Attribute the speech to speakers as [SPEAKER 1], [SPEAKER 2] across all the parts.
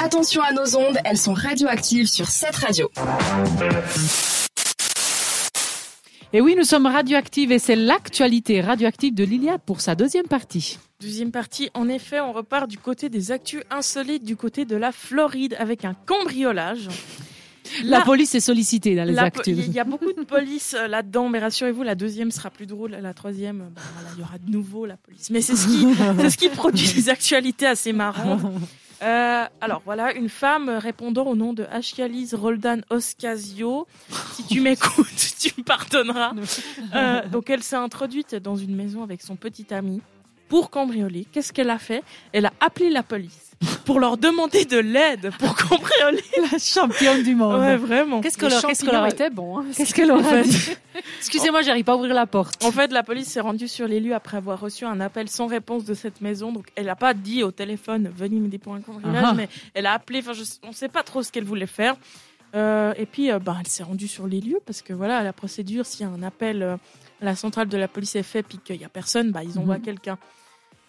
[SPEAKER 1] Attention à nos ondes, elles sont radioactives sur cette radio.
[SPEAKER 2] Et oui, nous sommes radioactives et c'est l'actualité radioactive de Liliade pour sa deuxième partie.
[SPEAKER 3] Deuxième partie, en effet, on repart du côté des actus insolites du côté de la Floride avec un cambriolage.
[SPEAKER 2] La
[SPEAKER 3] Là-
[SPEAKER 2] police est sollicitée dans les
[SPEAKER 3] La po-
[SPEAKER 2] actus.
[SPEAKER 3] Il y a beaucoup de police euh, là-dedans, mais rassurez-vous, la deuxième sera plus drôle. La troisième, euh, bah, voilà, il y aura de nouveau la police. Mais c'est ce qui, c'est ce qui produit des actualités assez marrantes. Euh, alors voilà, une femme répondant au nom de Ashkalis Roldan Oscasio. Si tu m'écoutes, tu me pardonneras. Euh, donc elle s'est introduite dans une maison avec son petit ami pour cambrioler. Qu'est-ce qu'elle a fait Elle a appelé la police pour leur demander de l'aide pour cambrioler.
[SPEAKER 2] La championne du monde.
[SPEAKER 3] Ouais, vraiment.
[SPEAKER 2] Oh, Qu'est-ce que
[SPEAKER 4] Les
[SPEAKER 2] leur, qu'est-ce que leur-
[SPEAKER 4] champignons étaient bons. hein.
[SPEAKER 2] qu'est-ce que leur
[SPEAKER 3] En fait-
[SPEAKER 2] dit Excusez-moi, j'arrive pas à ouvrir la porte.
[SPEAKER 3] En fait, la police s'est rendue sur les lieux après avoir reçu un appel sans réponse de cette maison. Donc, elle n'a pas dit au téléphone venez m'aider pour un cambriolage,
[SPEAKER 2] Ah ah.
[SPEAKER 3] mais elle a appelé. Enfin, je- on ne sait pas trop ce qu'elle voulait faire. Euh, et puis, euh, bah, elle s'est rendue sur les lieux parce que voilà, la procédure, s'il y a un appel euh, à la centrale de la police est fait puis qu'il n'y a personne, bah, ils envoient
[SPEAKER 2] Mhm.
[SPEAKER 3] quelqu'un.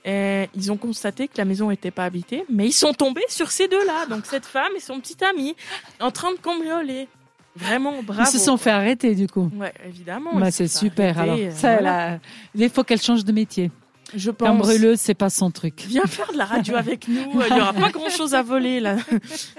[SPEAKER 3] Et ils ont constaté que la maison n'était pas habitée, mais ils sont tombés sur ces deux-là, donc cette femme et son petit ami, en train de cambrioler. Vraiment, bravo. Oh,
[SPEAKER 2] Ils se sont fait arrêter du coup.
[SPEAKER 3] Ouais, évidemment.
[SPEAKER 2] Bah,
[SPEAKER 3] ils se
[SPEAKER 2] c'est
[SPEAKER 3] sont
[SPEAKER 2] super
[SPEAKER 3] arrêtés,
[SPEAKER 2] alors.
[SPEAKER 3] euh,
[SPEAKER 2] Ça,
[SPEAKER 3] voilà.
[SPEAKER 2] là, il faut qu'elle change de métier.
[SPEAKER 3] Je pense.
[SPEAKER 2] Cambreleuse, c'est pas son truc.
[SPEAKER 3] Viens faire de la radio avec nous. Il n'y aura pas grand chose à voler, là.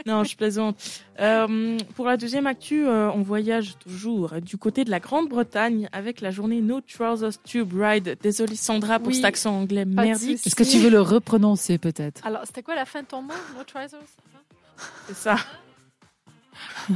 [SPEAKER 3] Non, je plaisante. Euh, pour la deuxième actu, euh, on voyage toujours du côté de la Grande-Bretagne avec la journée No Trousers Tube Ride. Désolée, Sandra, pour
[SPEAKER 4] Oui,
[SPEAKER 3] cet accent anglais
[SPEAKER 4] Pas de
[SPEAKER 3] merdique.
[SPEAKER 4] soucis.
[SPEAKER 2] Est-ce que tu veux le reprononcer peut-être
[SPEAKER 4] Alors, c'était quoi la fin de ton mot No trousers c'est ça
[SPEAKER 3] C'est ça.
[SPEAKER 2] Oh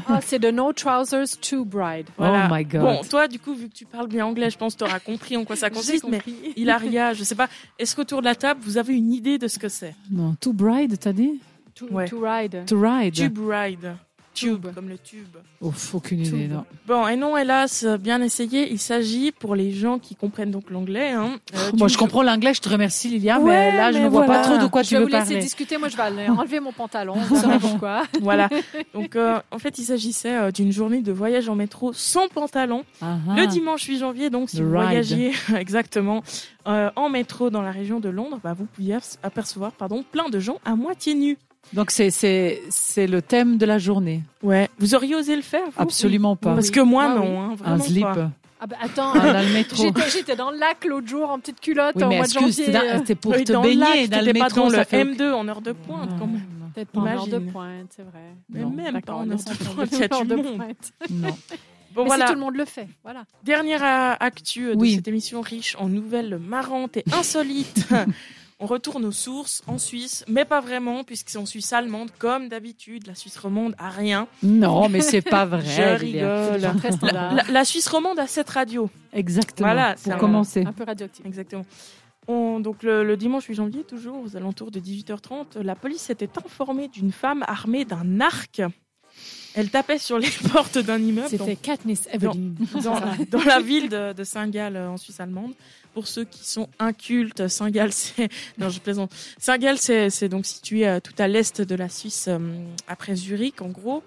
[SPEAKER 4] Ah, c'est de No trousers to bride.
[SPEAKER 3] Voilà.
[SPEAKER 2] Oh my god.
[SPEAKER 3] Bon, toi, du coup, vu que tu parles bien anglais, je pense que tu auras compris en quoi ça
[SPEAKER 4] J'ai
[SPEAKER 3] consiste. Mais
[SPEAKER 4] compris.
[SPEAKER 3] Hilaria, je sais pas, est-ce qu'autour de la table, vous avez une idée de ce que c'est
[SPEAKER 2] Non, to bride, t'as dit
[SPEAKER 4] To,
[SPEAKER 3] Ouais.
[SPEAKER 4] to ride.
[SPEAKER 2] To ride.
[SPEAKER 3] Tube Ride. tube,
[SPEAKER 4] Tube.
[SPEAKER 3] comme le tube.
[SPEAKER 2] Ouf, aucune idée, non.
[SPEAKER 3] Bon, et non, hélas, euh, bien essayé. Il s'agit pour les gens qui comprennent donc l'anglais. Hein,
[SPEAKER 2] Oh,
[SPEAKER 3] euh,
[SPEAKER 2] Moi,
[SPEAKER 3] d'une-
[SPEAKER 2] je comprends l'anglais, je te remercie, Lilia, mais
[SPEAKER 3] Ouais,
[SPEAKER 2] là, je
[SPEAKER 3] mais
[SPEAKER 2] ne vois
[SPEAKER 3] voilà.
[SPEAKER 2] pas trop de quoi
[SPEAKER 4] je
[SPEAKER 2] tu
[SPEAKER 4] vais
[SPEAKER 2] veux
[SPEAKER 4] vous laisser
[SPEAKER 2] parler.
[SPEAKER 4] discuter. Moi, je vais aller enlever mon pantalon. Vous saurez pourquoi.
[SPEAKER 3] Voilà. Donc, euh, en fait, il s'agissait euh, d'une journée de voyage en métro sans pantalon.
[SPEAKER 2] Ah,
[SPEAKER 3] Le
[SPEAKER 2] ah.
[SPEAKER 3] dimanche 8 janvier, donc, si
[SPEAKER 2] The
[SPEAKER 3] vous
[SPEAKER 2] ride.
[SPEAKER 3] voyagez exactement euh, en métro dans la région de Londres, bah, vous pouviez aperce- apercevoir pardon, plein de gens à moitié nus.
[SPEAKER 2] Donc, c'est- c'est c'est le thème de la journée.
[SPEAKER 3] Ouais. Vous auriez osé le faire vous
[SPEAKER 2] Absolument pas.
[SPEAKER 3] Oh, Parce que moi,
[SPEAKER 4] Ah oui.
[SPEAKER 3] non. hein,
[SPEAKER 2] Un
[SPEAKER 3] vraiment
[SPEAKER 2] slip
[SPEAKER 3] pas.
[SPEAKER 2] euh,
[SPEAKER 4] Ah bah, attends,
[SPEAKER 2] dans le métro.
[SPEAKER 4] j'étais j'étais dans le lac l'autre jour en petite culotte
[SPEAKER 2] Oui,
[SPEAKER 4] au
[SPEAKER 2] mais
[SPEAKER 4] mois de
[SPEAKER 2] excuse,
[SPEAKER 4] janvier.
[SPEAKER 2] c'était dans- c'était pour
[SPEAKER 3] euh, Oui,
[SPEAKER 2] te
[SPEAKER 3] dans le lac,
[SPEAKER 2] baigner dans
[SPEAKER 3] t'étais
[SPEAKER 2] le
[SPEAKER 3] pas
[SPEAKER 2] métro,
[SPEAKER 3] dans le
[SPEAKER 2] ça fait... Ah.
[SPEAKER 3] M2 en heure de pointe, quand même.
[SPEAKER 4] euh, Peut-être pas en heure de
[SPEAKER 3] Imagine.
[SPEAKER 4] pointe, c'est vrai.
[SPEAKER 3] Mais
[SPEAKER 2] Non,
[SPEAKER 3] même pas
[SPEAKER 4] D'accord,
[SPEAKER 3] en heure
[SPEAKER 4] laissons
[SPEAKER 3] de
[SPEAKER 4] tomber
[SPEAKER 3] pointe, il y a
[SPEAKER 4] en heure
[SPEAKER 3] du
[SPEAKER 4] de
[SPEAKER 3] monde.
[SPEAKER 4] pointe.
[SPEAKER 2] Non.
[SPEAKER 3] Bon,
[SPEAKER 4] Mais
[SPEAKER 3] voilà.
[SPEAKER 4] si tout le monde le fait, voilà.
[SPEAKER 3] Dernière euh, actu de
[SPEAKER 2] Oui.
[SPEAKER 3] cette émission riche en nouvelles marrantes et insolites. On retourne aux sources en Suisse, mais pas vraiment, puisque c'est en Suisse allemande, comme d'habitude. La Suisse romande a rien.
[SPEAKER 2] Non, mais c'est pas vrai.
[SPEAKER 3] Je
[SPEAKER 2] Lilia.
[SPEAKER 3] rigole.
[SPEAKER 4] Très standard.
[SPEAKER 3] La, la Suisse romande a cette radio.
[SPEAKER 2] Exactement.
[SPEAKER 3] Voilà, c'est
[SPEAKER 2] pour
[SPEAKER 3] un-
[SPEAKER 2] commencer.
[SPEAKER 4] Un peu radioactif.
[SPEAKER 3] Exactement. On- donc le, le dimanche 8 janvier, toujours aux alentours de 18h30, la police était informée d'une femme armée d'un arc. Elle tapait sur les portes d'un immeuble. donc
[SPEAKER 4] C'était Katniss Everdeen.
[SPEAKER 3] dans, dans la ville de, de Saint-Gall euh, en Suisse allemande. Pour ceux qui sont incultes, Saint-Gall, c'est non, je plaisante. Saint-Gall, c'est c'est donc situé euh, tout à l'est de la Suisse, euh, après Zurich, en gros.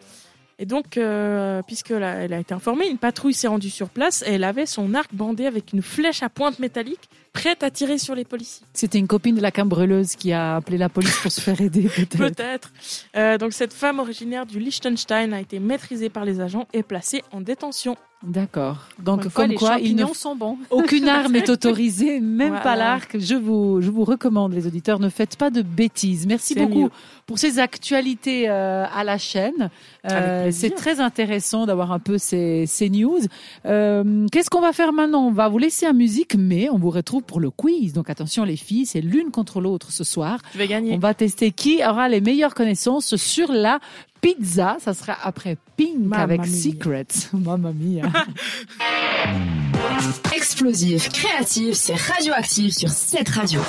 [SPEAKER 3] Et donc, euh, puisque la- elle a été informée, une patrouille s'est rendue sur place et elle avait son arc bandé avec une flèche à pointe métallique, prête à tirer sur les policiers.
[SPEAKER 2] C'était une copine de la cambreleuse qui a appelé la police pour se faire aider, peut-être.
[SPEAKER 3] Peut-être. Euh, donc, cette femme originaire du Liechtenstein a été maîtrisée par les agents et placée en détention.
[SPEAKER 2] D'accord.
[SPEAKER 4] Encore
[SPEAKER 2] Donc,
[SPEAKER 4] une fois,
[SPEAKER 2] comme
[SPEAKER 4] les
[SPEAKER 2] quoi, il ne
[SPEAKER 4] champignons sont bons.
[SPEAKER 2] Aucune arme n'est autorisée, même pas
[SPEAKER 3] Voilà.
[SPEAKER 2] l'arc. Je vous, je vous recommande, les auditeurs, ne faites pas de bêtises. Merci
[SPEAKER 3] C'est
[SPEAKER 2] beaucoup
[SPEAKER 3] mieux.
[SPEAKER 2] pour ces actualités euh, à la chaîne. Euh,
[SPEAKER 3] plaisir.
[SPEAKER 2] C'est très intéressant d'avoir un peu ces, ces news. Euh, Qu'est-ce qu'on va faire maintenant On va vous laisser en musique, mais on vous retrouve pour le quiz. Donc attention les filles, c'est l'une contre l'autre ce soir.
[SPEAKER 3] Je vais gagner.
[SPEAKER 2] On va tester qui aura les meilleures connaissances sur la pizza. Ça sera après Pink
[SPEAKER 3] Mamma
[SPEAKER 2] avec
[SPEAKER 3] mia.
[SPEAKER 2] Secrets. Mamma mia.
[SPEAKER 1] Explosive, créative, c'est radioactive sur cette radio.